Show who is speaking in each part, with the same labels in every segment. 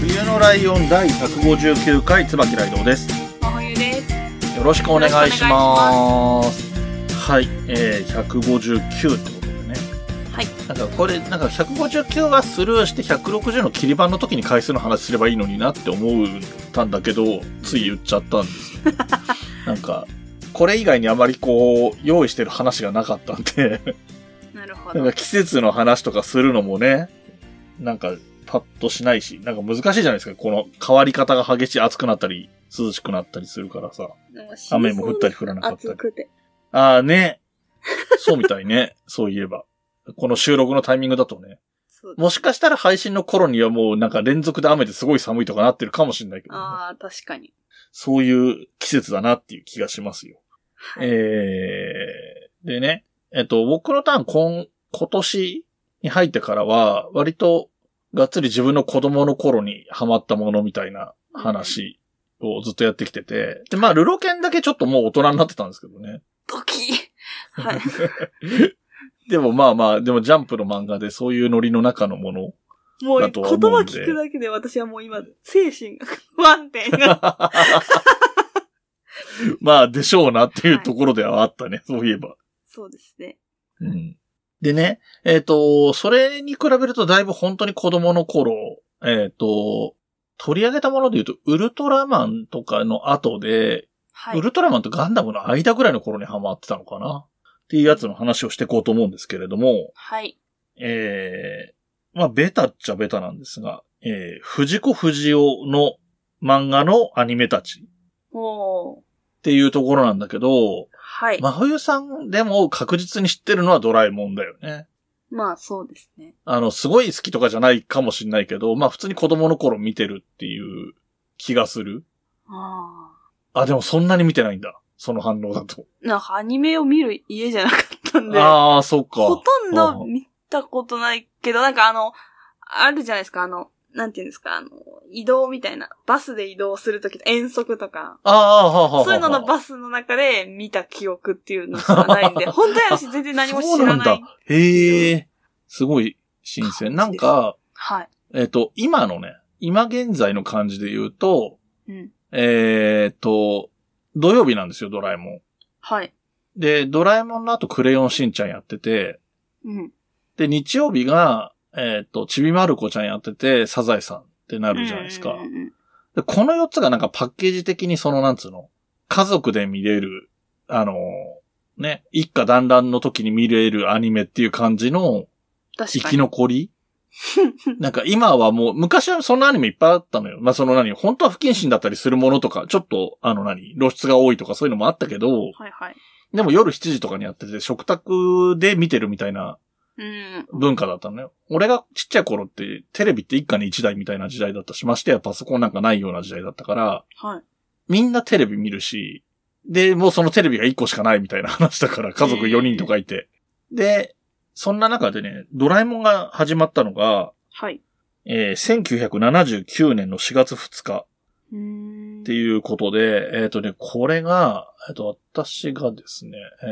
Speaker 1: 冬のライオン第159回、椿ライドウです。
Speaker 2: 真冬です
Speaker 1: よろしくお願いします。はい、えー、159ってことでね。
Speaker 2: はい。
Speaker 1: なんかこれ、なんか159はスルーして160の切り板の時に回数の話すればいいのになって思ったんだけど、つい言っちゃったんです よ。なんか、これ以外にあまりこう、用意してる話がなかったんで、
Speaker 2: なるほ
Speaker 1: な
Speaker 2: ど
Speaker 1: んか季節の話とかするのもね、なんかパッとしないし、なんか難しいじゃないですか。この変わり方が激しい、暑くなったり、涼しくなったりするからさ。雨も降ったり降らなかったり
Speaker 2: 暑。くて
Speaker 1: ああね。そうみたいね。そういえば。この収録のタイミングだとね。
Speaker 2: そう
Speaker 1: もしかしたら配信の頃にはもうなんか連続で雨ですごい寒いとかなってるかもしれないけどね、
Speaker 2: ああ確かに
Speaker 1: そういう季節だなっていう気がしますよ。
Speaker 2: はい
Speaker 1: えー、でね、えっと、僕のターン、今、今年に入ってからは、割と、がっつり自分の子供の頃にハマったものみたいな話をずっとやってきてて、で、まあ、ルロケンだけちょっともう大人になってたんですけどね。
Speaker 2: ドキ はい
Speaker 1: でもまあまあ、でもジャンプの漫画でそういうノリの中のも のを。
Speaker 2: もう
Speaker 1: だ
Speaker 2: 言
Speaker 1: と
Speaker 2: 葉
Speaker 1: は思うんで
Speaker 2: 聞くだけで私はもう今精神が不安定が
Speaker 1: まあ、でしょうなっていうところではあったね、そういえば。
Speaker 2: そうですね
Speaker 1: うんでね、えっ、と、それに比べるとだいぶ本当に子供の頃、えっ、と、取り上げたもので言うと、ウルトラマンとかの後で、
Speaker 2: はい
Speaker 1: ウルトラマンとガンダムの間ぐらいの頃にハマってたのかなっていうやつの話をしていこうと思うんですけれども、
Speaker 2: はい
Speaker 1: えー、まあ、ベタっちゃベタなんですが、えー、藤子不二雄の漫画のアニメたちっ
Speaker 2: おー
Speaker 1: ていうところなんだけど、
Speaker 2: はいま
Speaker 1: 真冬さんでも確実に知ってるのはドラえもんだよね。
Speaker 2: あそうですね
Speaker 1: あの、すごい好きとかじゃないかもしんないけど、まあ普通に子供の頃見てるっていう気がする。
Speaker 2: ああ
Speaker 1: あ、でもそんなに見てないんだ。その反応だと。
Speaker 2: なんかアニメを見る家じゃなかったんで
Speaker 1: ああ、そっか。
Speaker 2: ほとんど見たことないけど、なんかあの、あるじゃないですか、あの、なんていうんですか、あの、移動みたいな、バスで移動するとき、遠足とか、
Speaker 1: ああ、はあはあはあ。
Speaker 2: そういうののバスの中で見た記憶っていうのしかないんで、本当に私全然何も知ら
Speaker 1: そ
Speaker 2: な
Speaker 1: う
Speaker 2: い。
Speaker 1: んだ。へえ、すごい新鮮。なんか、
Speaker 2: はい。
Speaker 1: えっ、と、今のね、今現在の感じで言うと、
Speaker 2: うん。
Speaker 1: えっ、と、土曜日なんですよ、ドラえもん。
Speaker 2: はい。
Speaker 1: で、ドラえもんの後クレヨンしんちゃんやってて、
Speaker 2: うん。
Speaker 1: で、日曜日が、えっ、と、ちびまる子ちゃんやってて、サザエさんってな
Speaker 2: あ
Speaker 1: るじゃないですか。
Speaker 2: うんうん
Speaker 1: でこの4つがなんかパッケージ的にその、なんつうの、家族で見れる、あのーね、一家団らんの時に見れるアニメっていう感じの
Speaker 2: 確
Speaker 1: 生
Speaker 2: か
Speaker 1: き
Speaker 2: に。
Speaker 1: 残 りなんか今はもう、昔はそんなアニメいっぱいあったのよ。まあ、その何、本当は不謹慎だったりするものとか、ちょっと、あの何、露出が多いとかそういうのもあったけど、
Speaker 2: はいはい。
Speaker 1: でも夜7時とかにやってて、食卓で見てるみたいな
Speaker 2: うん。
Speaker 1: 文化だったのよ。俺がちっちゃい頃って、テレビって一家に一台みたいな時代だったし、ましてやパソコンなんかないような時代だったから、
Speaker 2: はい。
Speaker 1: みんなテレビ見るし、で、もうそのテレビが一個しかないみたいな話だから、家族4人とかいて。で、そんな中でね、ドラえもんが始まったのが、
Speaker 2: はい。
Speaker 1: えー1979年の4月2日
Speaker 2: うーん
Speaker 1: っていうことで、えっ、とね、これが、えっ、と、私がですね、え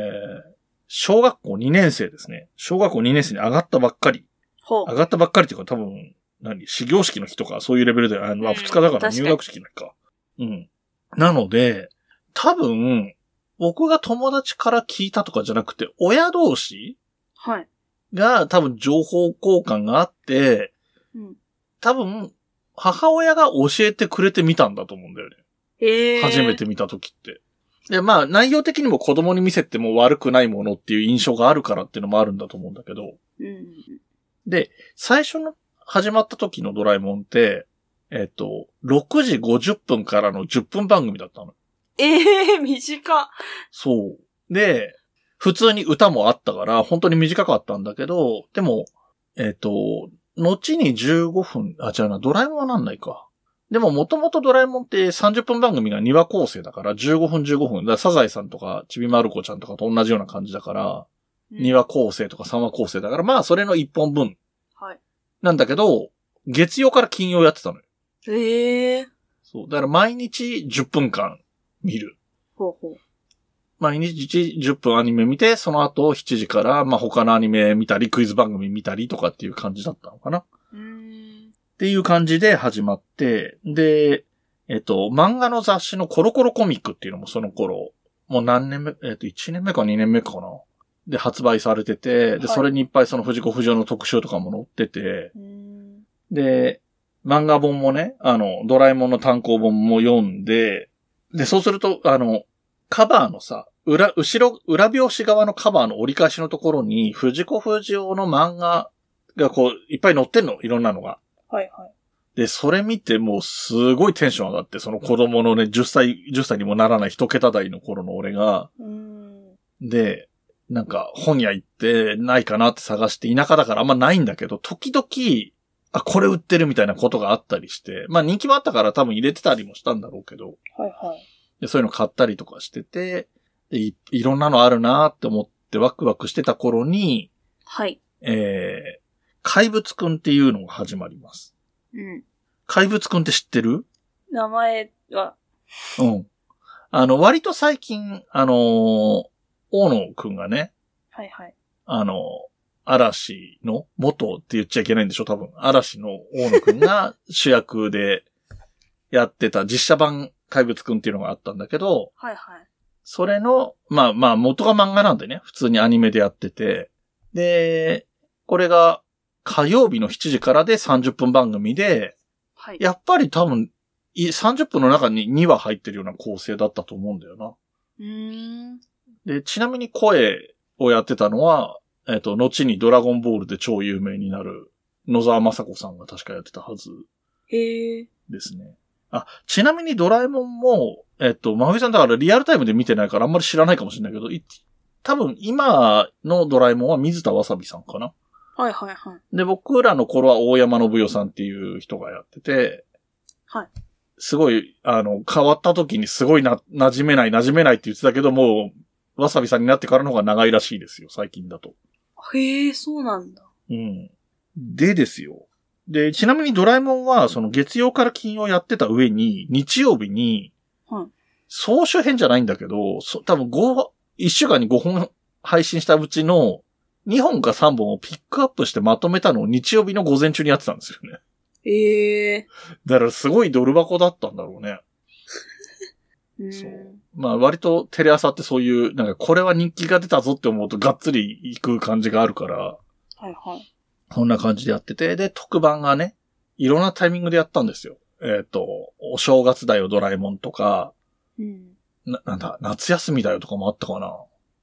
Speaker 1: ー小学校2年生ですね。小学校2年生に上がったばっかり
Speaker 2: ほ
Speaker 1: 上
Speaker 2: う。
Speaker 1: がったばっかりっていうか多分、何始業式の日とか、そういうレベルで、あの、まあ、
Speaker 2: うん
Speaker 1: 2日だから
Speaker 2: 確か
Speaker 1: 入
Speaker 2: に
Speaker 1: 学式の日か。うん。なので、多分、僕が友達から聞いたとかじゃなくて、親同士
Speaker 2: はい。
Speaker 1: が多分情報交換があって、
Speaker 2: うん。
Speaker 1: 多分、母親が教えてくれてみたんだと思うんだよね。
Speaker 2: ええ。
Speaker 1: 初め。て見た時って。で、まあ、内容的にも子供に見せても悪くないものっていう印象があるからっていうのもあるんだと思うんだけど、
Speaker 2: うん。
Speaker 1: 最初の始まった時のドラえもんって、えっと、6時50分からの10分番組だったの。
Speaker 2: ええ、短っ。
Speaker 1: そう。で、普通に歌もあったから、本当に短かったんだけど、でも、えっ、と、後に15分、あ、違うな、ドラえもんはなんないか。でも、もともとドラえもんって30分番組が2話構成だから、15分15分。だからサザエさんとか、ちびまる子ちゃんとかと同じような感じだから、2話構成とか3話構成だから、まあ、それの1本分。
Speaker 2: はい。
Speaker 1: なんだけど、月曜から金曜やってたのよ。
Speaker 2: ええー。
Speaker 1: そう。だから、毎日10分間見る。
Speaker 2: ほうほう。
Speaker 1: 毎日10分アニメ見て、その後7時から、まあ、他のアニメ見たり、クイズ番組見たりとかっていう感じだったのかな。
Speaker 2: うーん。
Speaker 1: っていう感じで始まって、で、えっと、漫画の雑誌のコロコロコミックっていうのもその頃、もう何年目、えっと、1年目か2年目かな。で、発売されてて、で、
Speaker 2: はい
Speaker 1: それにいっぱいその藤子不二雄の特集とかも載ってて、
Speaker 2: うーん。
Speaker 1: で、漫画本もね、あの、ドラえもんの単行本も読んで、で、そうすると、あの、カバーのさ、裏、後ろ、裏表紙側のカバーの折り返しのところに、藤子不二雄の漫画がこう、いっぱい載ってんの、いろんなのが。
Speaker 2: はいはい。
Speaker 1: で、それ見てもうすごいテンション上がって、その子供のね、10歳、10歳にもならない一桁台の頃の俺が、
Speaker 2: うーん。
Speaker 1: で、なんか本屋行ってないかなって探して、田舎だからあんまないんだけど、時々、あ、これ売ってるみたいなことがあったりして、まあ人気もあったから多分入れてたりもしたんだろうけど、
Speaker 2: はいはい。
Speaker 1: でそういうの買ったりとかしてて、でいいろんなのあるなって思ってワクワクしてた頃に、
Speaker 2: はい。
Speaker 1: えー、怪物くんっていうのが始まります。
Speaker 2: うん。
Speaker 1: 怪物くんって知ってる
Speaker 2: 名前は、
Speaker 1: うん。あの、割と最近、あのー大野くんがね、
Speaker 2: はいはい。
Speaker 1: あのー嵐の、元って言っちゃいけないんでしょ、多分。嵐の大野くんが主役でやってた実写版怪物くんっていうのがあったんだけど、
Speaker 2: はいはい。
Speaker 1: それの、まあまあ元が漫画なんでね、普通にアニメでやってて、で、これが火曜日の7時からで30分番組で、
Speaker 2: はい。
Speaker 1: やっぱり多分、い30分の中に2話入ってるような構成だったと思うんだよな。
Speaker 2: うーん。
Speaker 1: で、ちなみに声をやってたのは、えっ、と、後にドラゴンボールで超有名になる野沢雅子さんが確かやってたはず
Speaker 2: へえ。
Speaker 1: ですね。あ、ちなみにドラえもんも、えっ、と、まふさんだからリアルタイムで見てないからあんまり知らないかもしれないけど、い多分今のドラえもんは水田わさびさんかな。
Speaker 2: はいはいはい。
Speaker 1: で、僕らの頃は大山信代さんっていう人がやってて、
Speaker 2: はい。
Speaker 1: すごい、あの、変わった時にすごいな、馴染めない、馴染めないって言ってたけど、もう、わさびさんになってからの方が長いらしいですよ、最近だと。
Speaker 2: へえ、そうなんだ。
Speaker 1: うん。でですよ。で、ちなみにドラえもんは、その月曜から金曜やってた上に、日曜日に
Speaker 2: はい、
Speaker 1: 総集編じゃないんだけど、そ多分5、1週間に5本配信したうちの、2本か3本をピックアップしてまとめたのを日曜日の午前中にやってたんですよね。
Speaker 2: ええ。
Speaker 1: だからすごいドル箱だったんだろうね。
Speaker 2: うー。
Speaker 1: そうんまあ割とテレ朝ってそういう、なんかこれは人気が出たぞって思うとがっつり行く感じがあるから、
Speaker 2: はいはい。
Speaker 1: こんな感じでやってて、で、特番がね、いろんなタイミングでやったんですよ。えっ、と、お正月だよドラえもんとか、
Speaker 2: うん。
Speaker 1: な、なんだ、夏休みだよとかもあったかな。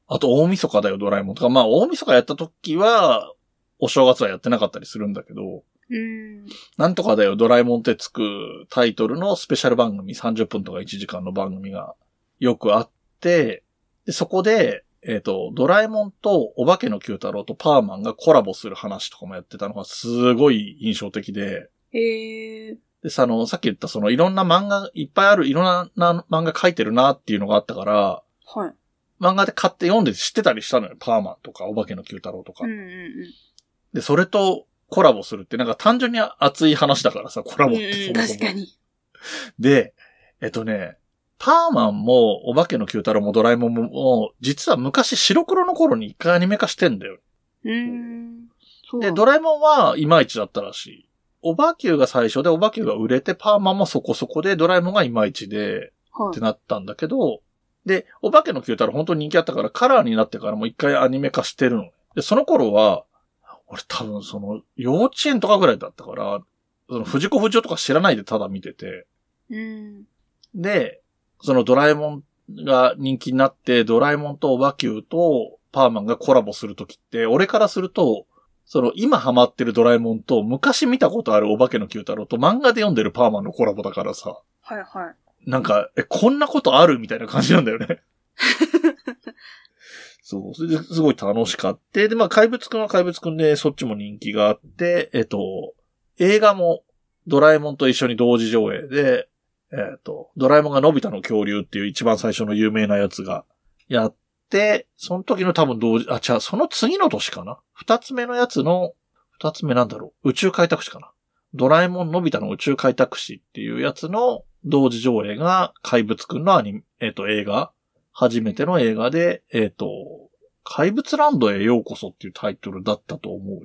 Speaker 1: あと、大晦日だよドラえもんとか、まあ大晦日やった時は、お正月はやってなかったりするんだけど、
Speaker 2: うーん。
Speaker 1: なんとかだよドラえもんってつくタイトルのスペシャル番組、30分とか1時間の番組がよくあって、でそこで、えっ、と、ドラえもんとお化けの九太郎とパーマンがコラボする話とかもやってたのがすごい印象的で、
Speaker 2: へえ。
Speaker 1: で、さ、あの、さっき言ったそのいろんな漫画、いっぱいあるいろんなな漫画書いてるなっていうのがあったから、
Speaker 2: はい。
Speaker 1: 漫画で買って読んで知ってたりしたのよ。パーマンとか、お化けの九太郎とか。
Speaker 2: うんうん
Speaker 1: で、それとコラボするって、なんか単純に熱い話だからさ、コラ
Speaker 2: うん。
Speaker 1: ボ
Speaker 2: う
Speaker 1: っ
Speaker 2: ん
Speaker 1: て
Speaker 2: う
Speaker 1: そ
Speaker 2: ん、
Speaker 1: もそ
Speaker 2: 確
Speaker 1: も。
Speaker 2: かに。
Speaker 1: で、えっとね、パーマンも、お化けの九太郎もドラえもんも、実は昔白黒の頃に一回アニメ化してんだよ。
Speaker 2: うーん。そうな
Speaker 1: で、
Speaker 2: ん
Speaker 1: ド
Speaker 2: だ。
Speaker 1: ラえもんはいまいちだったらしい。おばきゅうが最初で、おばきゅうが売れて、パーマンもそこそこで、ドラえもんがいまいちで、っ
Speaker 2: は
Speaker 1: て
Speaker 2: い。
Speaker 1: なったんだけど、で、お化けの九太郎本当に人気あったから、カラーになってからもう一回アニメ化してるの。で、その頃は、俺多分その、幼稚園とかぐらいだったから、その藤子不二雄とか知らないでただ見てて、
Speaker 2: うん。
Speaker 1: で、そのドラえもんが人気になって、ドラえもんとオバキューとパーマンがコラボするときって、俺からすると、その今ハマってるドラえもんと昔見たことあるお化けの九太郎と漫画で読んでるパーマンのコラボだからさ、
Speaker 2: はいはい。
Speaker 1: なんか、え、こんなことあるみたいな感じなんだよね。そう。それですごい楽しかって、で、まあ、怪物くんは怪物くんで、そっちも人気があって、えっと、映画もドラえもんと一緒に同時上映で、えっと、ドラえもんがのび太の恐竜っていう一番最初の有名なやつがやって、その時の多分同時、あ、違う、その次の年かな二つ目のやつの、二つ目なんだろう、宇宙開拓史かなドラえもんのび太の宇宙開拓史っていうやつの同時上映が怪物くんのアニメ、えっと、映画初めての映画で、えっ、と、怪物ランドへようこそっていうタイトルだったと思うな。っ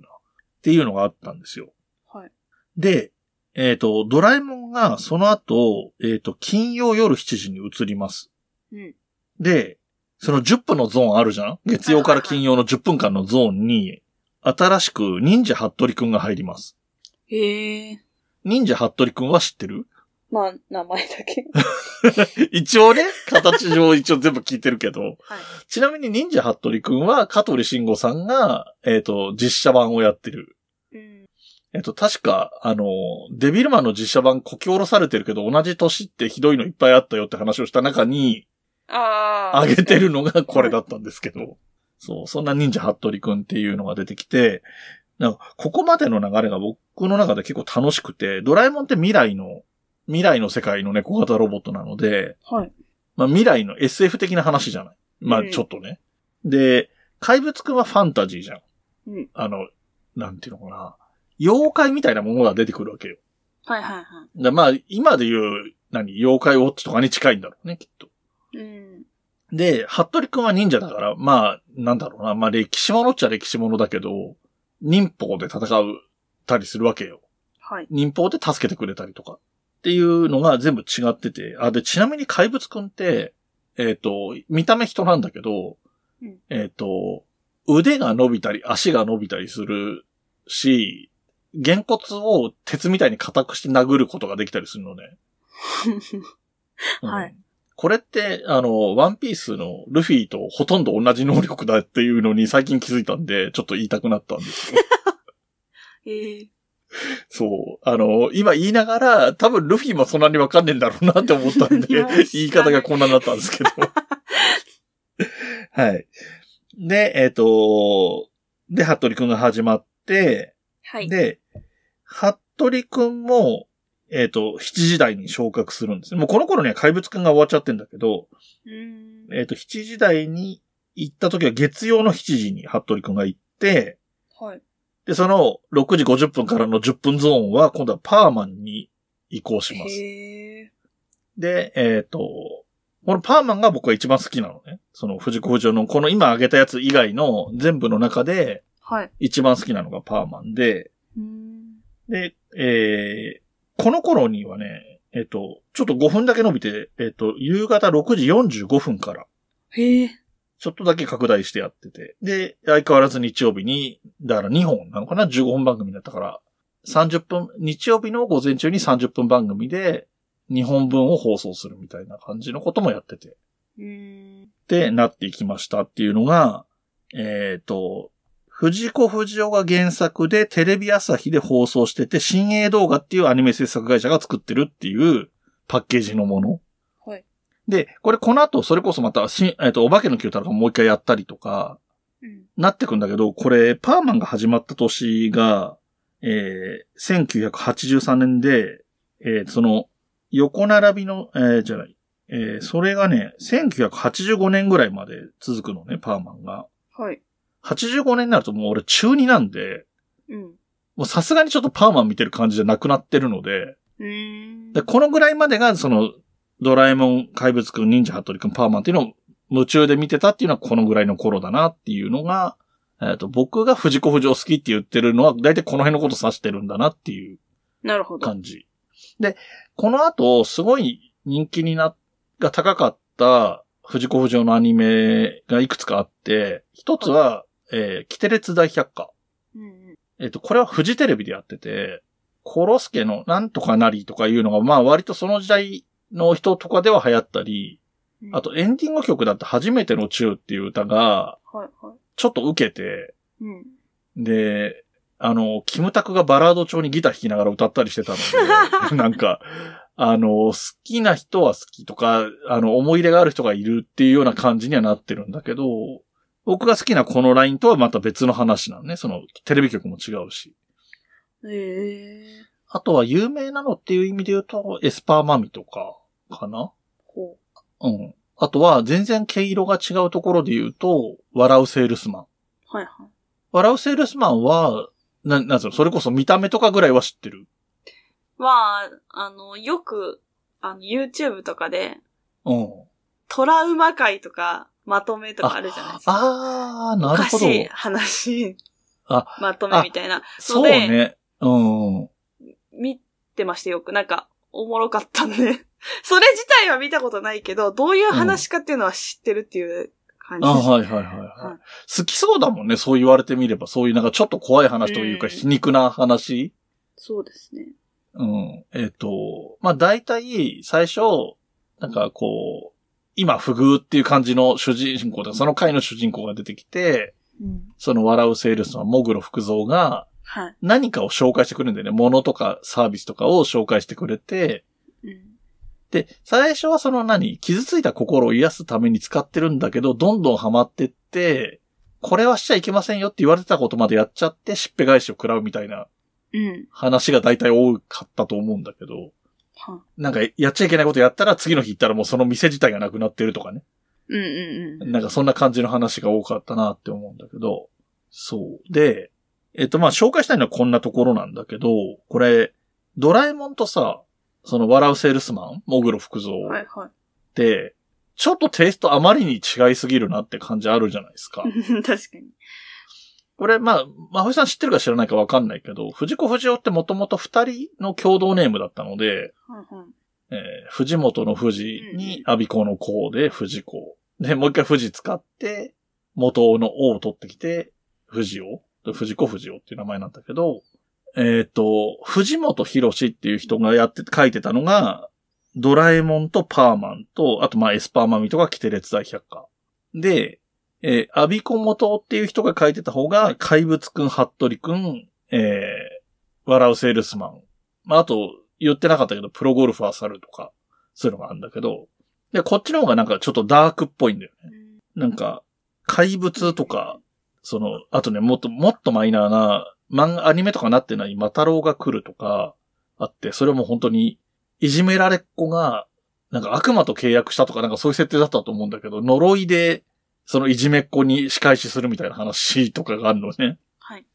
Speaker 1: ていうのがあったんですよ。
Speaker 2: はい。
Speaker 1: で、えっ、と、ドラえもんがその後、えっ、と、金曜夜7時に移ります。
Speaker 2: うん。
Speaker 1: で、その10分のゾーンあるじゃん月曜から金曜の10分間のゾーンに、新しく忍者ハットリくんが入ります。
Speaker 2: へえ。
Speaker 1: 忍者ハットリくんは知ってる
Speaker 2: まあ、名前だけ。
Speaker 1: 一応ね、形上一応全部聞いてるけど。
Speaker 2: はい。
Speaker 1: ちなみに忍者ハットリくんは、香取慎吾さんが、えっ、と、実写版をやってる。
Speaker 2: うん。
Speaker 1: えっ、と、確か、あの、デビルマンの実写版こき下ろされてるけど、同じ年ってひどいのいっぱいあったよって話をした中に、
Speaker 2: ああ。
Speaker 1: あげてるのがこれだったんですけど。そう、そんな忍者ハットリくんっていうのが出てきて、なんか、ここまでの流れが僕の中で結構楽しくて、ドラえもんって未来の、未来の世界のね小型ロボットなので、
Speaker 2: はい。
Speaker 1: まあ、未来の SF 的な話じゃない。まあ、
Speaker 2: うん
Speaker 1: ちょっとね。で、怪物くんはファンタジーじゃん。
Speaker 2: うん。
Speaker 1: あの、なんていうのかな。妖怪みたいなものが出てくるわけよ。
Speaker 2: はいはいは
Speaker 1: だまあ、今で言う、何、妖怪ウォッチとかに近いんだろうね、きっと。
Speaker 2: い。うん。
Speaker 1: で、服部くんは忍者だから、まあ、なんだろうな。まあ、歴史ものっちゃ歴史ものだけど、忍法で戦うたりするわけよ。
Speaker 2: はい。
Speaker 1: 忍法で助けてくれたりとか。っていうのが全部違ってて。あ、で、ちなみに怪物くんって、えっ、と、見た目人なんだけど、
Speaker 2: うん
Speaker 1: えっ、と、腕が伸びたり、足が伸びたりするし、げ骨を鉄みたいに固くして殴ることができたりするのね。うん
Speaker 2: はい。
Speaker 1: これって、あの、ワンピースのルフィとほとんど同じ能力だっていうのに最近気づいたんで、ちょっと言いたくなったんで すけど。
Speaker 2: ええ。
Speaker 1: そう。あの、今言いながら、多分ルフィもそんなにわかんねえんだろうなって思ったんで
Speaker 2: いや知らない、
Speaker 1: 言い方がこんなになったんですけど。はい。で、えっ、と、で、服部くんが始まって、
Speaker 2: はい。
Speaker 1: で、服部くんも、えっ、と、7時台に昇格するんですね。もうこの頃には怪物くんが終わっちゃってんだけど、
Speaker 2: うん。
Speaker 1: えっ、と、7時台に行った時は月曜の7時に服部くんが行って、
Speaker 2: はい。
Speaker 1: で、その6時50分からの10分ゾーンは今度はパーマンに移行します。
Speaker 2: へえ。
Speaker 1: で、えっ、と、このパーマンが僕は一番好きなのね。その藤子不二雄のこの今挙げたやつ以外の全部の中で
Speaker 2: はい。
Speaker 1: 一番好きなのがパーマンで、
Speaker 2: うん。
Speaker 1: で、えーこの頃にはね、えっ、と、ちょっと5分だけ伸びて、えっ、と、夕方6時45分から
Speaker 2: へえ。
Speaker 1: ちょっとだけ拡大してやってて。で、相変わらず日曜日に、だから2本なのかな ?15 本番組だったから、30分、日曜日の午前中に30分番組で、2本分を放送するみたいな感じのこともやってて。
Speaker 2: うん。
Speaker 1: ってなっていきましたっていうのが、えっ、と、藤子不二雄が原作でテレビ朝日で放送してて、新映動画っていうアニメ制作会社が作ってるっていうパッケージのもの。
Speaker 2: はい
Speaker 1: で、これこの後それこそまたしん、えっ、と、お化けの Q 太郎がもう一回やったりとか、
Speaker 2: うん。
Speaker 1: なってくんだけど、これ、パーマンが始まった年が、えー、1983年で、えーその、横並びの、えーじゃない、えーそれがね、1985年ぐらいまで続くのね、パーマンが。
Speaker 2: はい。
Speaker 1: 85年になるともう俺中2なんで、
Speaker 2: うん。
Speaker 1: もうさすがにちょっとパーマン見てる感じじゃなくなってるので、
Speaker 2: うん。
Speaker 1: で、このぐらいまでが、その、ドラえもん、怪物くん、忍者ハットリくん、パーマンっていうのを夢中で見てたっていうのはこのぐらいの頃だなっていうのが、えっ、と、僕が藤子不二雄好きって言ってるのは、だいたいこの辺のこと指してるんだなっていう
Speaker 2: なるほど。
Speaker 1: 感じ。で、この後、すごい人気にな、が高かった藤子不二雄のアニメがいくつかあって、一つは、えー、キテレツ大百科。
Speaker 2: うん。
Speaker 1: えっと、これはフジテレビでやってて、コロスケのなんとかなりとかいうのが、まあ割とその時代の人とかでは流行ったり、
Speaker 2: うん
Speaker 1: あ、とエンディング曲だって初めてのチューっていう歌が、
Speaker 2: はいは
Speaker 1: ちょっと受けて、
Speaker 2: い。うん。
Speaker 1: で、あの、キムタクがバラード調にギター弾きながら歌ったりしてたので、なんか、あの、好きな人は好きとか、あの、思い入れがある人がいるっていうような感じにはなってるんだけど、僕が好きなこのラインとはまた別の話なのね。その、テレビ局も違うし。
Speaker 2: ええ
Speaker 1: あとは有名なのっていう意味で言うと、エスパーマミとか、かな
Speaker 2: ほ
Speaker 1: うん。あとは、全然毛色が違うところで言うと、笑うセールスマン。
Speaker 2: う。はいはい。
Speaker 1: 笑うセールスマンは、な、なんつうの、それこそ見た目とかぐらいは知ってる。
Speaker 2: は、あの、よく、あの、YouTube とかで、
Speaker 1: うん。
Speaker 2: トラウマ会とか、まとめとかあるじゃないですか。お
Speaker 1: あー、なる
Speaker 2: か
Speaker 1: ほ
Speaker 2: し
Speaker 1: ど。
Speaker 2: い話、
Speaker 1: あ
Speaker 2: まとめみたいな。
Speaker 1: そうね。うん。
Speaker 2: 見てましたよく。なんか、おもろかったんで。そ れ自体は見たことないけど、どういう話かっていうのは知ってるっていう感じ
Speaker 1: あ
Speaker 2: です。
Speaker 1: はいはいはい、
Speaker 2: は
Speaker 1: はいい。好きそうだもんね、そう言われてみれば。そういうなんかちょっと怖い話という
Speaker 2: う
Speaker 1: か、
Speaker 2: ん
Speaker 1: 皮肉な話。
Speaker 2: そうですね。
Speaker 1: うん。えっ、と、まあ、大体、最初、なんかこう、今不遇っていう感じの主人公で、その回の主人公が出てきて、
Speaker 2: うん。
Speaker 1: その笑うセールスのモグロ福蔵が
Speaker 2: はい。
Speaker 1: 何かを紹介してくれるんだよね。物とかサービスとかを紹介してくれて、
Speaker 2: うん。
Speaker 1: で、最初はその何、傷ついた心を癒すために使ってるんだけど、どんどんハマってって、これはしちゃいけませんよって言われてたことまでやっちゃって、しっぺ返しを食らうみたいな
Speaker 2: うん。
Speaker 1: 話が大体多かったと思うんだけど、
Speaker 2: は
Speaker 1: なんか、やっちゃいけないことやったら、次の日行ったらもうその店自体がなくなってるとかね。
Speaker 2: うんうんうん。
Speaker 1: なんか、そんな感じの話が多かったなって思うんだけど。そう。で、えっと、まあ、紹介したいのはこんなところなんだけど、これ、ドラえもんとさ、その、笑うセールスマン、モグロ福蔵
Speaker 2: はいは
Speaker 1: って、ちょっとテイストあまりに違いすぎるなって感じあるじゃないですか。
Speaker 2: い。確 かに。
Speaker 1: これ、まあ、まほさん知ってるか知らないかわかんないけど、藤子不二雄ってもともと二人の共同ネームだったので、
Speaker 2: はいはい。
Speaker 1: えー藤本の藤に、阿鼻子の子で藤子。で、もう一回藤使って、元の王を取ってきて、藤を。藤子藤尾っていう名前なんだけど、えっ、と、藤本博士っていう人がやって、書いてたのが、ドラえもんとパーマンと、あとまあエスパーマミとかキテレツ大百科。で、えー、アビコ元っていう人が書いてた方が、怪物くん、服部くん、えー、笑うセールスマン。まあ、あと、言ってなかったけど、プロゴルファー猿とか、そういうのがあるんだけど、で、こっちの方がなんかちょっとダークっぽいんだよね。
Speaker 2: うん
Speaker 1: なんか、怪物とか、その、あとね、もっと、もっとマイナーな、漫画、アニメとかなってない、マタロウが来るとか、あって、それも本当に、いじめられっ子が、なんか悪魔と契約したとか、なんかそういう設定だったと思うんだけど、呪いで、そのいじめっ子に仕返しするみたいな話とかがあるのね。
Speaker 2: はい。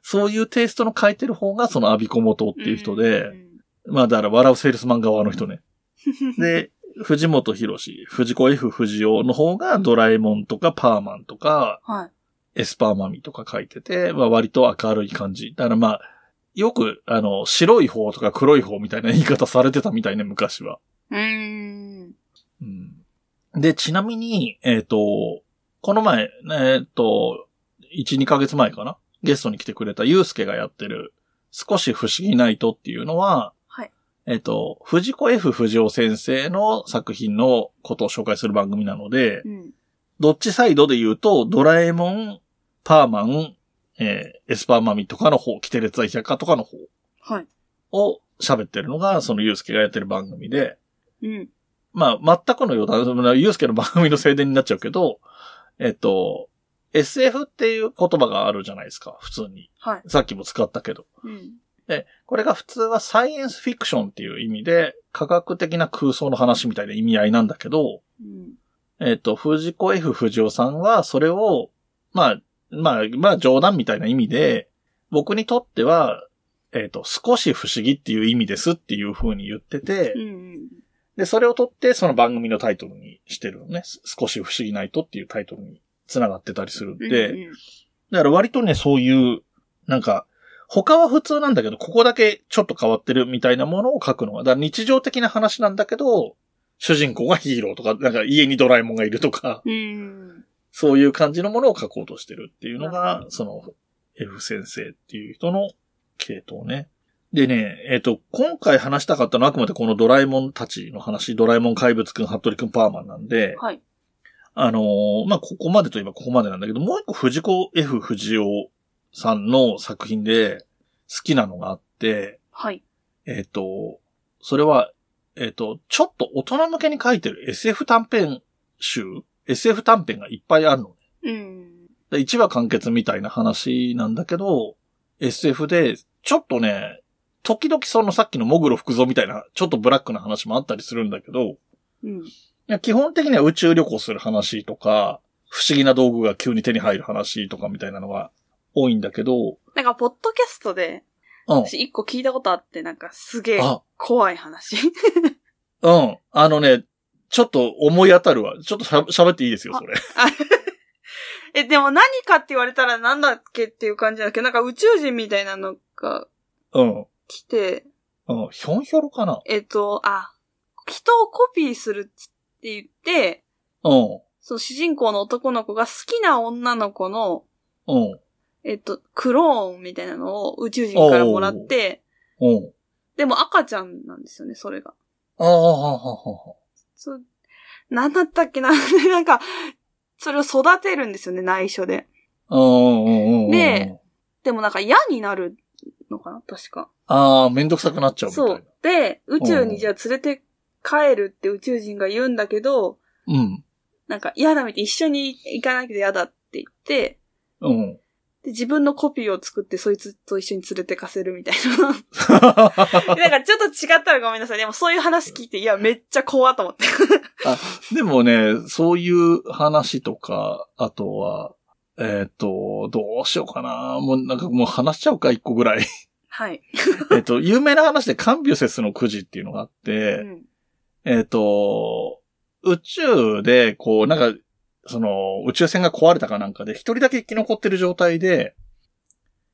Speaker 1: そういうテイストの書いてる方が、そのアビコ元っていう人で、
Speaker 2: うん
Speaker 1: まあだから笑うセールスマン側の人ね。
Speaker 2: うんうん、
Speaker 1: で、藤本博士、藤子 F 不二雄の方がドラえもんとかパーマンとか
Speaker 2: はい。
Speaker 1: エスパーマミとか書いてて、まあ割と明るい感じ。だからまあ、よく、あの、白い方とか黒い方みたいな言い方されてたみたいね、昔は。
Speaker 2: うーん。
Speaker 1: うん。で、ちなみに、えっ、と、この前、えっ、と、1、2ヶ月前かなゲストに来てくれたゆうすけがやってる、少し不思議ナイトっていうのは、
Speaker 2: はい
Speaker 1: えっ、と、藤子 F 不二雄先生の作品のことを紹介する番組なので、
Speaker 2: うん。
Speaker 1: どっちサイドで言うと、ドラえもん、パーマン、えーエスパーマミとかの方、キテレツ大百科とかの方
Speaker 2: はい。
Speaker 1: を喋ってるのが、そのゆうすけがやってる番組で、
Speaker 2: うん。
Speaker 1: まあ、全くの余談、そのユースケの番組の宣伝になっちゃうけど、えっと、SF っていう言葉があるじゃないですか、普通に。
Speaker 2: はい。
Speaker 1: さっきも使ったけど。
Speaker 2: うん。
Speaker 1: これが普通はサイエンスフィクションっていう意味で、科学的な空想の話みたいな意味合いなんだけど、
Speaker 2: うん。
Speaker 1: えっと、藤子 F 不二雄さんはそれを、まあ、まあ、まあ冗談みたいな意味で、僕にとっては、えっと、少し不思議っていう意味ですっていう風に言ってて、
Speaker 2: うんうん。
Speaker 1: で、それを取って、その番組のタイトルにしてるのね。す少し不思議ないとっていうタイトルに繋がってたりするんで、
Speaker 2: うんうん、
Speaker 1: だから割とね、そういう、なんか、他は普通なんだけど、ここだけちょっと変わってるみたいなものを書くのが、だから日常的な話なんだけど、主人公がヒーローとか、なんか家にドラえもんがいるとか、
Speaker 2: うん。
Speaker 1: そういう感じのものを書こうとしてるっていうの
Speaker 2: う
Speaker 1: が、その、F 先生っていう人の系統ね。でね、えっ、と、今回話したかったのはあくまでこのドラえもんたちの話、ドラえもん怪物くん、服部くん、パーマンなんで、
Speaker 2: はい。
Speaker 1: あのーまあ、ここまでといえばここまでなんだけど、もう一個藤子 F 不二雄さんの作品で好きなのがあって、
Speaker 2: はい。
Speaker 1: えっ、と、それは、えっ、と、ちょっと大人向けに書いてる SF 短編集 ?SF 短編がいっぱいあるの
Speaker 2: う
Speaker 1: ね。
Speaker 2: ん。
Speaker 1: で、1話完結みたいな話なんだけど、SF で、ちょっとね、時々そのさっきのモグロ福蔵みたいな、ちょっとブラックな話もあったりするんだけど、
Speaker 2: う
Speaker 1: い
Speaker 2: ん。
Speaker 1: や基本的には宇宙旅行する話とか、不思議な道具が急に手に入る話とかみたいなのが多いんだけど、
Speaker 2: なんか、ポッドキャストで、
Speaker 1: うん。
Speaker 2: 私一個聞いたことあって、なんか、すげえ
Speaker 1: あ、
Speaker 2: 怖い話。
Speaker 1: うん。あのね、ちょっと思い当たるわ。ちょっとしゃ喋っていいですよ、それ。
Speaker 2: え、でも何かって言われたらなんだっけっていう感じなんだけど、なんか宇宙人みたいなのが
Speaker 1: うん。
Speaker 2: 来て、
Speaker 1: うん。ヒョンヒョロかな
Speaker 2: えっと、あ、人をコピーするって言って、
Speaker 1: うん。
Speaker 2: その主人公の男の子が好きな女の子の、
Speaker 1: うん。
Speaker 2: えっと、クローンみたいなのを宇宙人からもらって、
Speaker 1: うん。
Speaker 2: でも赤ちゃんなんですよね、それが。
Speaker 1: ああ、ははは
Speaker 2: そう、なんだったっけな なんか、それを育てるんですよね、内緒で。
Speaker 1: あ。うんうんうんうん。
Speaker 2: ででもなんか嫌になるのかな確か。
Speaker 1: ああ、めんどくさくなっちゃうみたい
Speaker 2: そ
Speaker 1: な。
Speaker 2: う。で、宇宙にじゃあ連れて帰るって宇宙人が言うんだけど、
Speaker 1: うん。
Speaker 2: なんか嫌だみたい、一緒に行かなきゃ嫌だって言って、
Speaker 1: うん。
Speaker 2: で、自分のコピーを作ってそいつと一緒に連れてかせるみたいな。 なんかちょっと違ったらごめんなさい。でもそういう話聞いて、いや、めっちゃ怖っと思って。
Speaker 1: でもね、そういう話とか、あとは、えっ、と、どうしようかな。もうなんかもう話しちゃうか、一個ぐらい。
Speaker 2: はい。
Speaker 1: えっと、有名な話でカンビュセスのくじっていうのがあっ
Speaker 2: う
Speaker 1: て、
Speaker 2: ん。
Speaker 1: えっ、と、宇宙で、こう、なんか、その、宇宙船が壊れたかなんかで、一人だけ生き残ってる状態で、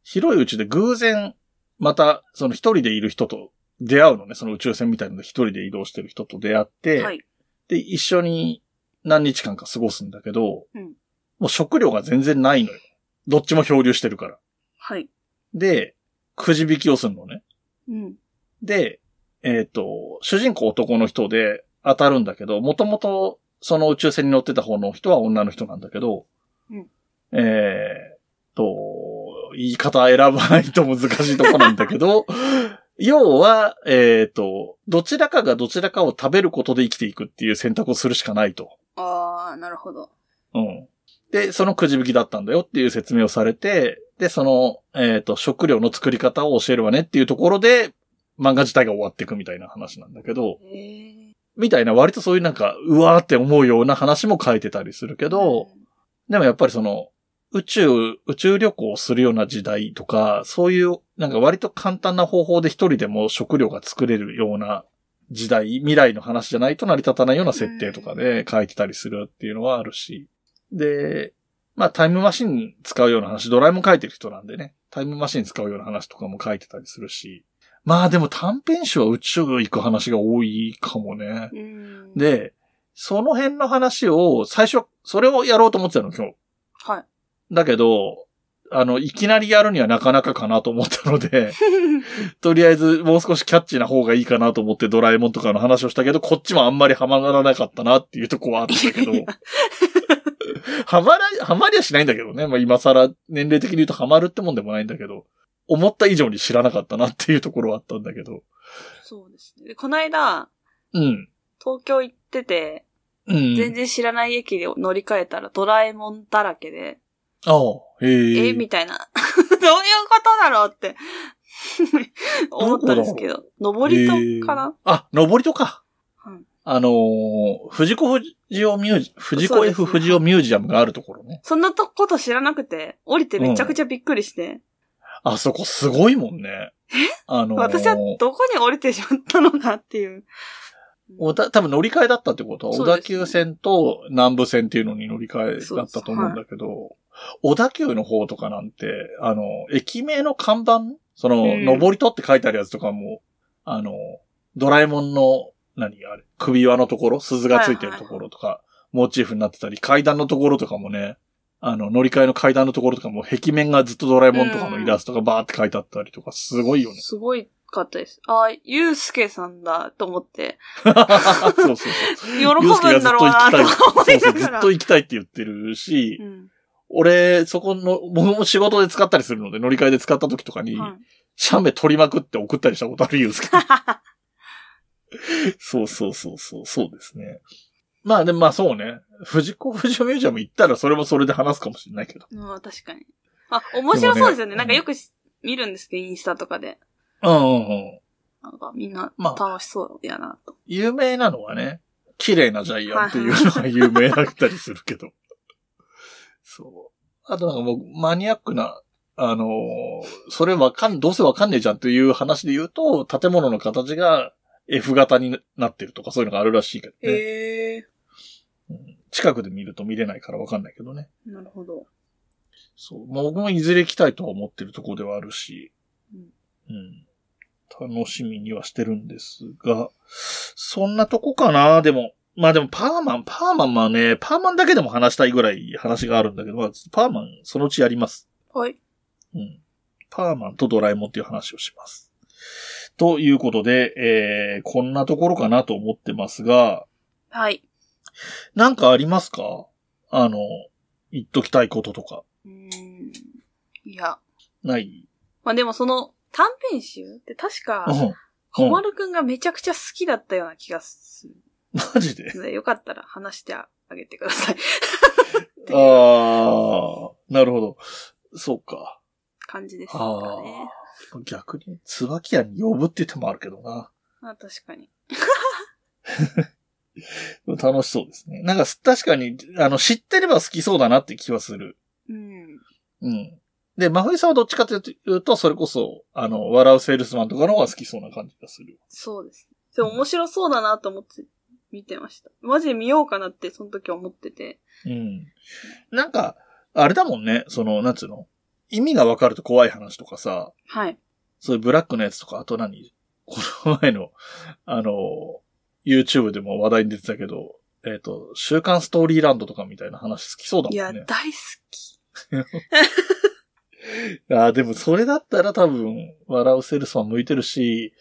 Speaker 1: 広い宇宙で偶然、また、その一人でいる人と出会うのね、その宇宙船みたいなので一人で移動してる人と出会って、
Speaker 2: はい。
Speaker 1: で、一緒に何日間か過ごすんだけど、
Speaker 2: うん
Speaker 1: もう食料が全然ないのよ。どっちも漂流してるから。
Speaker 2: はい。
Speaker 1: で、くじ引きをするのね。
Speaker 2: うん。
Speaker 1: で、えっ、と、主人公男の人で当たるんだけど、もともとその宇宙船に乗ってた方の人は女の人なんだけど、
Speaker 2: うん
Speaker 1: えっと、言い方選ばないと難しいとこなんだけ ど、要は、えっ、と、どちらかがどちらかを食べることで生きていくっていう選択をするしかないと。
Speaker 2: あー、なるほど。
Speaker 1: うん。で、そのくじ引きだったんだよっていう説明をされて、で、その、えっ、と、食料の作り方を教えるわねっていうところで、漫画自体が終わっていくみたいな話なんだけど、
Speaker 2: えー。
Speaker 1: みたいな割とそういうなんか、うわーって思うような話も書いてたりするけど、でもやっぱりその、宇宙、宇宙旅行をするような時代とか、そういう、なんか割と簡単な方法で一人でも食料が作れるような時代、未来の話じゃないと成り立たないような設定とかで書いてたりするっていうのはあるし。で、まあタイムマシン使うような話、ドラえもん書いてる人なんでね、タイムマシン使うような話とかも書いてたりするし。まあでも短編集は宇宙行く話が多いかもね。
Speaker 2: うん。、
Speaker 1: で、その辺の話を、最初、それをやろうと思ってたの、今日。
Speaker 2: はい。
Speaker 1: だけど、あの、いきなりやるにはなかなかかなと思ったので、 とりあえずもう少しキャッチーな方がいいかなと思ってドラえもんとかの話をしたけど、こっちもあんまりハマらなかったなっていうとこはあったけど
Speaker 2: いやい、
Speaker 1: ハマら、ハマりはしないんだけどね。まあ今更年齢的に言うとハマるってもんでもないんだけど、思った以上に知らなかったなっていうところはあったんだけど。
Speaker 2: そうですね。で、この間、
Speaker 1: うん。
Speaker 2: 東京行ってて、
Speaker 1: うん。
Speaker 2: 全然知らない駅で乗り換えたらドラえもんだらけで、
Speaker 1: ああ、へえ。
Speaker 2: えみたいな。 どういうことだろうって 思ったんですけど。登りとかな、
Speaker 1: えーあ、登戸か。
Speaker 2: うん
Speaker 1: あのー、藤子不二雄ミュージ、藤
Speaker 2: そう
Speaker 1: 子
Speaker 2: です
Speaker 1: F 不二雄ミュージアムがあるところね。
Speaker 2: そんなとこと知らなくて、降りてめちゃくちゃびっくりして、
Speaker 1: あそこすごいもんね。あのー、
Speaker 2: 私はどこに降りてしまったのかっていう。
Speaker 1: おた多分乗り換えだったってことは、
Speaker 2: そ
Speaker 1: 小
Speaker 2: うです
Speaker 1: 田急線と南武線っていうのに乗り換えだったと思うんだけど、小田急の方とかなんて、あの、駅名の看板その、
Speaker 2: うん
Speaker 1: 上りとって書いてあるやつとかも、あの、ドラえもんの、何あれ、首輪のところ、鈴がついてるところとか、モチーフになってたり、階段のところとかもね、あの、乗り換えの階段のところとかも、壁面がずっとドラえもんとかのイラストがバーって書いてあったりとか、すごい よね。
Speaker 2: すごいかったです。あ、ゆうすけさんだと思って、
Speaker 1: そうそうそう。
Speaker 2: 喜ぶんだろうなと思
Speaker 1: そう
Speaker 2: い
Speaker 1: そ
Speaker 2: な
Speaker 1: う、ず
Speaker 2: が
Speaker 1: っ
Speaker 2: ら。
Speaker 1: と行きたいって言ってるし、
Speaker 2: うん
Speaker 1: 俺、そこの、僕も仕事で使ったりするので、乗り換えで使った時とかに、
Speaker 2: はい
Speaker 1: 写メ撮りまくって送った りしたことあるんですけど。そうそうそうそう、そうですね。まあでもまあそうね。藤子不二雄ミュージアム行ったらそれもそれで話すかもしれないけど。
Speaker 2: うん、確かに。あ、面白そうですよね。
Speaker 1: でもね
Speaker 2: なんかよくし見るんですけど、インスタとかで。
Speaker 1: うんうんうん。
Speaker 2: なんかみんな
Speaker 1: まあ
Speaker 2: 楽しそうやなと。
Speaker 1: 有名なのはね、綺麗なジャイアンっていうのが有名だったりするけ ど。そう。あとなんかもうマニアックな、あのーそれわかん、どうせわかんねえじゃんという話で言うと、建物の形が F 型になってるとかそういうのがあるらしいけどね。
Speaker 2: へえ。
Speaker 1: 近くで見ると見れないからわかんないけどね。
Speaker 2: なるほど。
Speaker 1: そう。まあ僕もいずれ来たいとは思ってるところではあるし、
Speaker 2: うん
Speaker 1: うん。楽しみにはしてるんですが、そんなとこかなでも、まあでもパーマン、パーマンはね、パーマンだけでも話したいぐらい話があるんだけど、まあ、パーマンそのうちやります。
Speaker 2: はい。
Speaker 1: うん。パーマンとドラえもんっていう話をします。ということで、えー、こんなところかなと思ってますが、
Speaker 2: はい。
Speaker 1: なんかありますかあの、言っときたいこととか、
Speaker 2: うーん。いや。
Speaker 1: ない
Speaker 2: まあでもその短編集って確
Speaker 1: う
Speaker 2: か、
Speaker 1: ん。
Speaker 2: 小丸くんがめちゃくちゃ好きだったような気がする
Speaker 1: マジで
Speaker 2: ので、よかったら話してあげてください。 ていう
Speaker 1: ああ、なるほど。そうか。
Speaker 2: 感じですか
Speaker 1: あ
Speaker 2: ね。
Speaker 1: あ。逆に、椿屋に呼ぶっていう手もあるけどな。
Speaker 2: まあ確かに。
Speaker 1: 楽しそうですね。なんか、確かに、あの、知ってれば好きそうだなって気はする。
Speaker 2: うん。
Speaker 1: うん。で、真冬さんはどっちかというと、それこそ、あの、笑うセールスマンとかの方が好きそうな感じがする。
Speaker 2: そうです。でも面白そうだなと思って見てました。マジで見ようかなってその時思ってて。
Speaker 1: うん。なんか、あれだもんね、その、なんつうの。意味がわかると怖い話とかさ、
Speaker 2: はい。
Speaker 1: そういうブラックのやつとか、あと何この前の、あの、YouTube でも話題に出てたけど、えっ、と、週刊ストーリーランドとかみたいな話好きそうだ
Speaker 2: い
Speaker 1: も
Speaker 2: や、
Speaker 1: んね。
Speaker 2: 大好き。
Speaker 1: ああーでもそれだったら多分、笑うセールスマン向いてるし、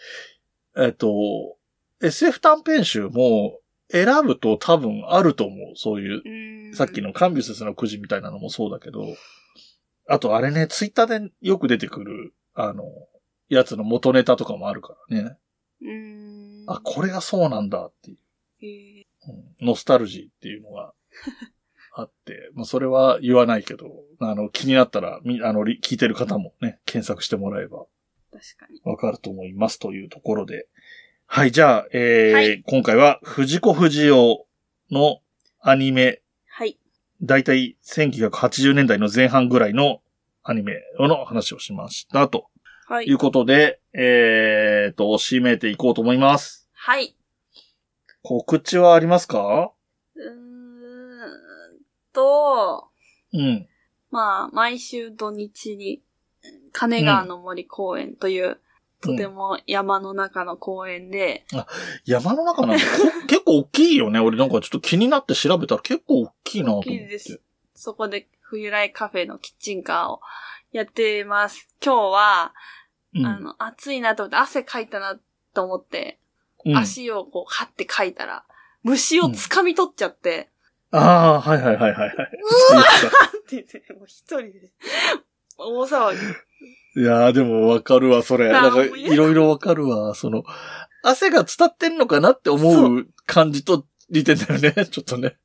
Speaker 1: えっ、と、SF 短編集も選ぶと多分あると思う。そう
Speaker 2: う
Speaker 1: いう
Speaker 2: ーん。
Speaker 1: さっき。のカンビュセスのくじみたいなのもそうだけど、あとあれね、ツイッターでよく出てくる、あの、やつの元ネタとかもあるからね。
Speaker 2: うーん。
Speaker 1: あ、これがそうなんだっていう、
Speaker 2: へー
Speaker 1: うんノスタルジーっていうの があって、まあそれは言わないけど、あの、気になったら、みあの、り聞いてる方もね、検索してもらえば
Speaker 2: 確かに。
Speaker 1: わかると思いますというところで。はい、じゃあ、えー
Speaker 2: はい
Speaker 1: 今回は藤子不二雄のアニメ
Speaker 2: はい。
Speaker 1: だいたい1980年代の前半ぐらいのアニメの話をしました。と
Speaker 2: はいい。
Speaker 1: うことで、えーと、締めていこうと思います。
Speaker 2: はい。
Speaker 1: 告知はありますか
Speaker 2: うーんと、
Speaker 1: うん。
Speaker 2: まあ、毎週土日に、金川の森公園という、とても山の中の公園で、
Speaker 1: 山の中なんてこ 結構大きいよね。俺なんかちょっと気になって調べたら結構大きいなと思っ
Speaker 2: 大きい
Speaker 1: て
Speaker 2: で。す。そこで冬来カフェのキッチンカーをやってます。今日は、
Speaker 1: うん
Speaker 2: あの、暑いなと思って、汗かいたなと思って、
Speaker 1: うん、あ
Speaker 2: 足をこう、はってかいたら、虫を掴み取っちゃって、
Speaker 1: あー、はいはいはいはいは
Speaker 2: うわ
Speaker 1: い。
Speaker 2: って言って、もう一人で、大騒ぎ。
Speaker 1: いやーでもわかるわ、それ。
Speaker 2: あ
Speaker 1: な
Speaker 2: ー
Speaker 1: んかいろいろわかるわ。その、汗が伝ってんのかなって思う感じと似てんだよね。ちょっとね。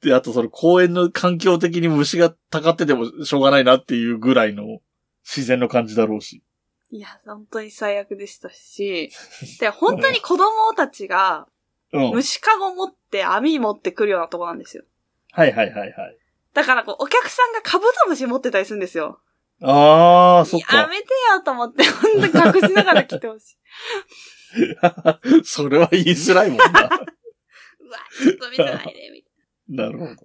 Speaker 1: で、あとその公園の環境的に虫がたかっててもしょうがないなっていうぐらいの自然の感じだろうし。
Speaker 2: いや、本当に最悪でしたし、で、本当に子供たちが、
Speaker 1: うん。はい
Speaker 2: 虫かご持って網持ってくるようなとこなんですよ。
Speaker 1: はいはいはい。
Speaker 2: だから、こう、お客さんがカブトムシ持ってたりするんですよ。
Speaker 1: ああ、そっか。
Speaker 2: やめてよと思って、本当に隠しながら来てほしい。
Speaker 1: それは言いづらいもんな。
Speaker 2: うわ、ちょっと見せないで、み
Speaker 1: なるほ
Speaker 2: たいな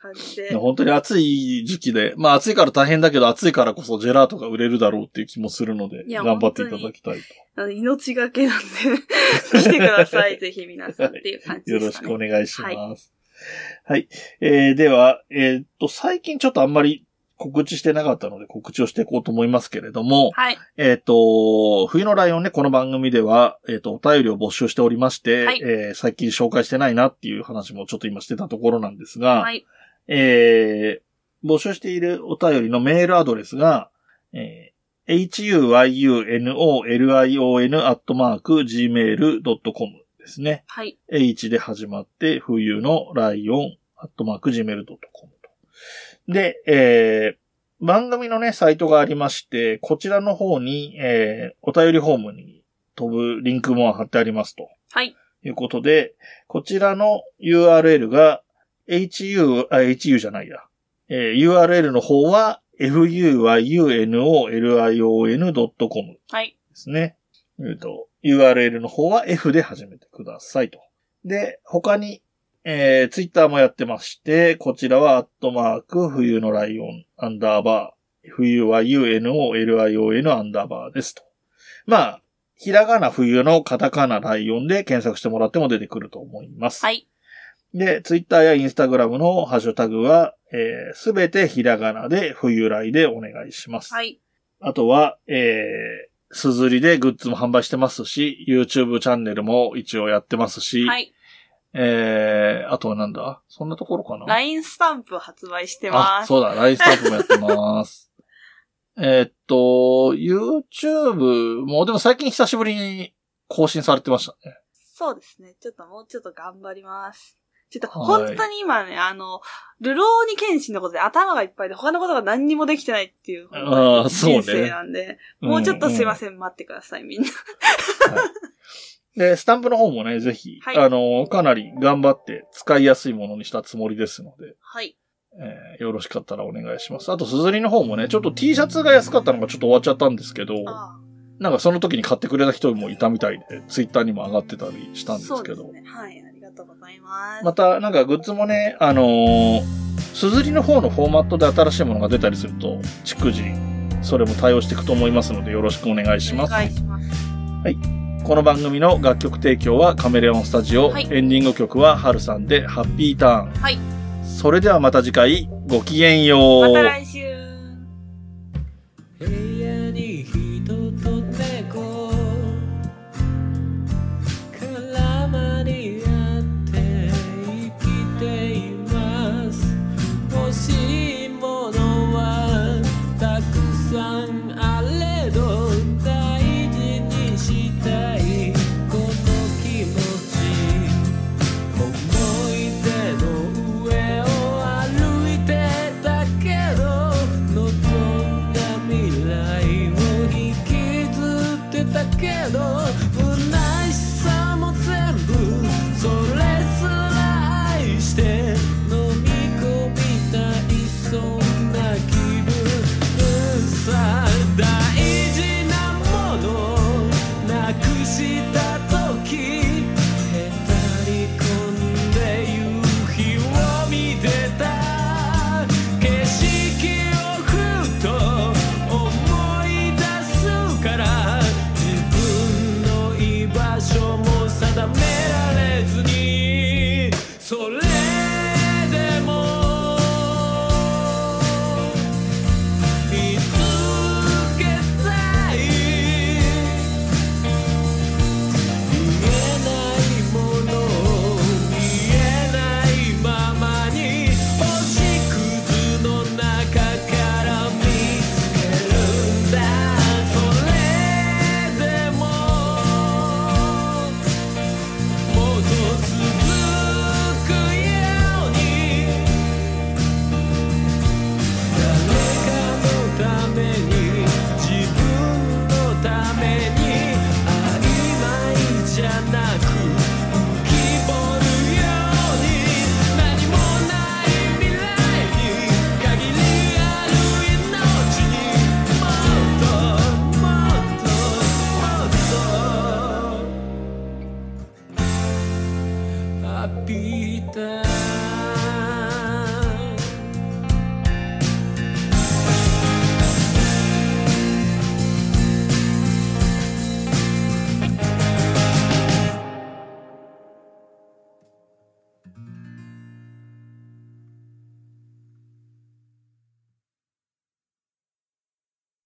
Speaker 2: 感じで
Speaker 1: ど。。本当に暑い時期で、まあ暑いから大変だけど暑いからこそジェラートが売れるだろうっていう気もするので、
Speaker 2: いや
Speaker 1: 頑張っていただきたい
Speaker 2: あの命がけなんで、 来てください、ぜひ皆さんっていう感
Speaker 1: と。
Speaker 2: じ
Speaker 1: よ
Speaker 2: で
Speaker 1: ろ
Speaker 2: す
Speaker 1: し
Speaker 2: か
Speaker 1: く
Speaker 2: ね。
Speaker 1: お願いします。はい。えー、では、えーっと、最近ちょっとあんまり告知してなかったので告知をしていこうと思いますけれども、
Speaker 2: はい。
Speaker 1: えっ、と、冬のライオンね、この番組では、えっ、と、お便りを募集しておりまして、
Speaker 2: はい
Speaker 1: えー最近紹介してないなっていう話もちょっと今してたところなんですが、
Speaker 2: はい。
Speaker 1: えー募集しているお便りのメールアドレスが、えー huyunolion.gmail.com ですね。
Speaker 2: はい。
Speaker 1: H で始まって、冬のライオン、アットマーク、ジメルドットコムと。で、えー、番組のね、サイトがありまして、こちらの方に、えー、お便りフォームに飛ぶリンクも貼ってありますと。
Speaker 2: はい。
Speaker 1: ということで、こちらの URL が、hu, あ、hu じゃないや。えー URL の方は、fuyunolion.com で
Speaker 2: はい。
Speaker 1: すね。えーと、URL の方は F で始めてくださいと。で、他に、えー、Twitter もやってまして、こちらは、アットマーク、冬のライオン、アンダーバー、冬は UNOLION アンダーバーですと。まあ、ひらがな冬のカタカナライオンで検索してもらっても出てくると思います。
Speaker 2: はい。
Speaker 1: で、ツイッターやインスタグラムのハッシュタグは、す、べ、てひらがなで冬来でお願いします。
Speaker 2: はい。
Speaker 1: あとは、えー、すずりでグッズも販売してますし、YouTube チャンネルも一応やってますし、
Speaker 2: はい。
Speaker 1: えー、あとはなんだそんなところかな
Speaker 2: LINE スタンプ発売してま
Speaker 1: あ、
Speaker 2: す。
Speaker 1: そうだ、ラインスタンプもやってます。 えーっと、YouTube も、でも最近久しぶりに更新されてましたね。
Speaker 2: そうですね。ちょっともうちょっと頑張ります。ちょっと
Speaker 1: はい
Speaker 2: 本当に今ね、あの、ルローに剣心のことで頭がいっぱいで他のことが何にもできてないっていう
Speaker 1: ああ、そう
Speaker 2: 人生
Speaker 1: ね。
Speaker 2: なんで、もうちょっとすいま
Speaker 1: せん
Speaker 2: せん、待ってください、みんな。
Speaker 1: で、スタンプの方もね、ぜひ、
Speaker 2: はい
Speaker 1: あの、かなり頑張って使いやすいものにしたつもりですので、
Speaker 2: はい。
Speaker 1: えーよろしかったらお願いします。あと、すずりの方もね、ちょっと T シャツが安かったのがちょっと終わっちゃったんですけど、
Speaker 2: あ
Speaker 1: なんかその時に買ってくれた人もいたみたいで、ツイッターにも上がってたりし
Speaker 2: あ
Speaker 1: たんですけ
Speaker 2: そ
Speaker 1: ど
Speaker 2: う、ですね。はい、ありがとうございます。
Speaker 1: また、なんかグッズもね、あのー、すずりの方のフォーマットで新しいものが出たりすると、逐次、それも対応していくと思いますので、よろしくお願いしま
Speaker 2: お
Speaker 1: す。
Speaker 2: 願いします。
Speaker 1: この番組の楽曲提供はカメレオンスタジオ、
Speaker 2: はい
Speaker 1: エンディング曲はハルさんでハッピーターン。
Speaker 2: はい
Speaker 1: それではまた次回、ごきげんよ
Speaker 2: ま
Speaker 1: う。
Speaker 2: た来週。
Speaker 3: 部屋に人と猫絡まり合って生きています欲しいものはたくさんあれど大事にしたいこの気持ち思い出の上を歩いてたけど望んだ未来を引きずってたけど不悔しさも全部それすら愛して飲み込みたいそんな気分さ大事なものなくした時へたり込んで夕日を見てた景色をふと思い出すから自分の居場所も定められずにそれでも「見つけたい」「見えないものを見えないままに星屑の中から見つけるんだ」「それでももっと続くように」誰かのために自分のために曖昧じゃなく浮き彫るように何もない未来に限りある命にもっともっともっとハッピーターン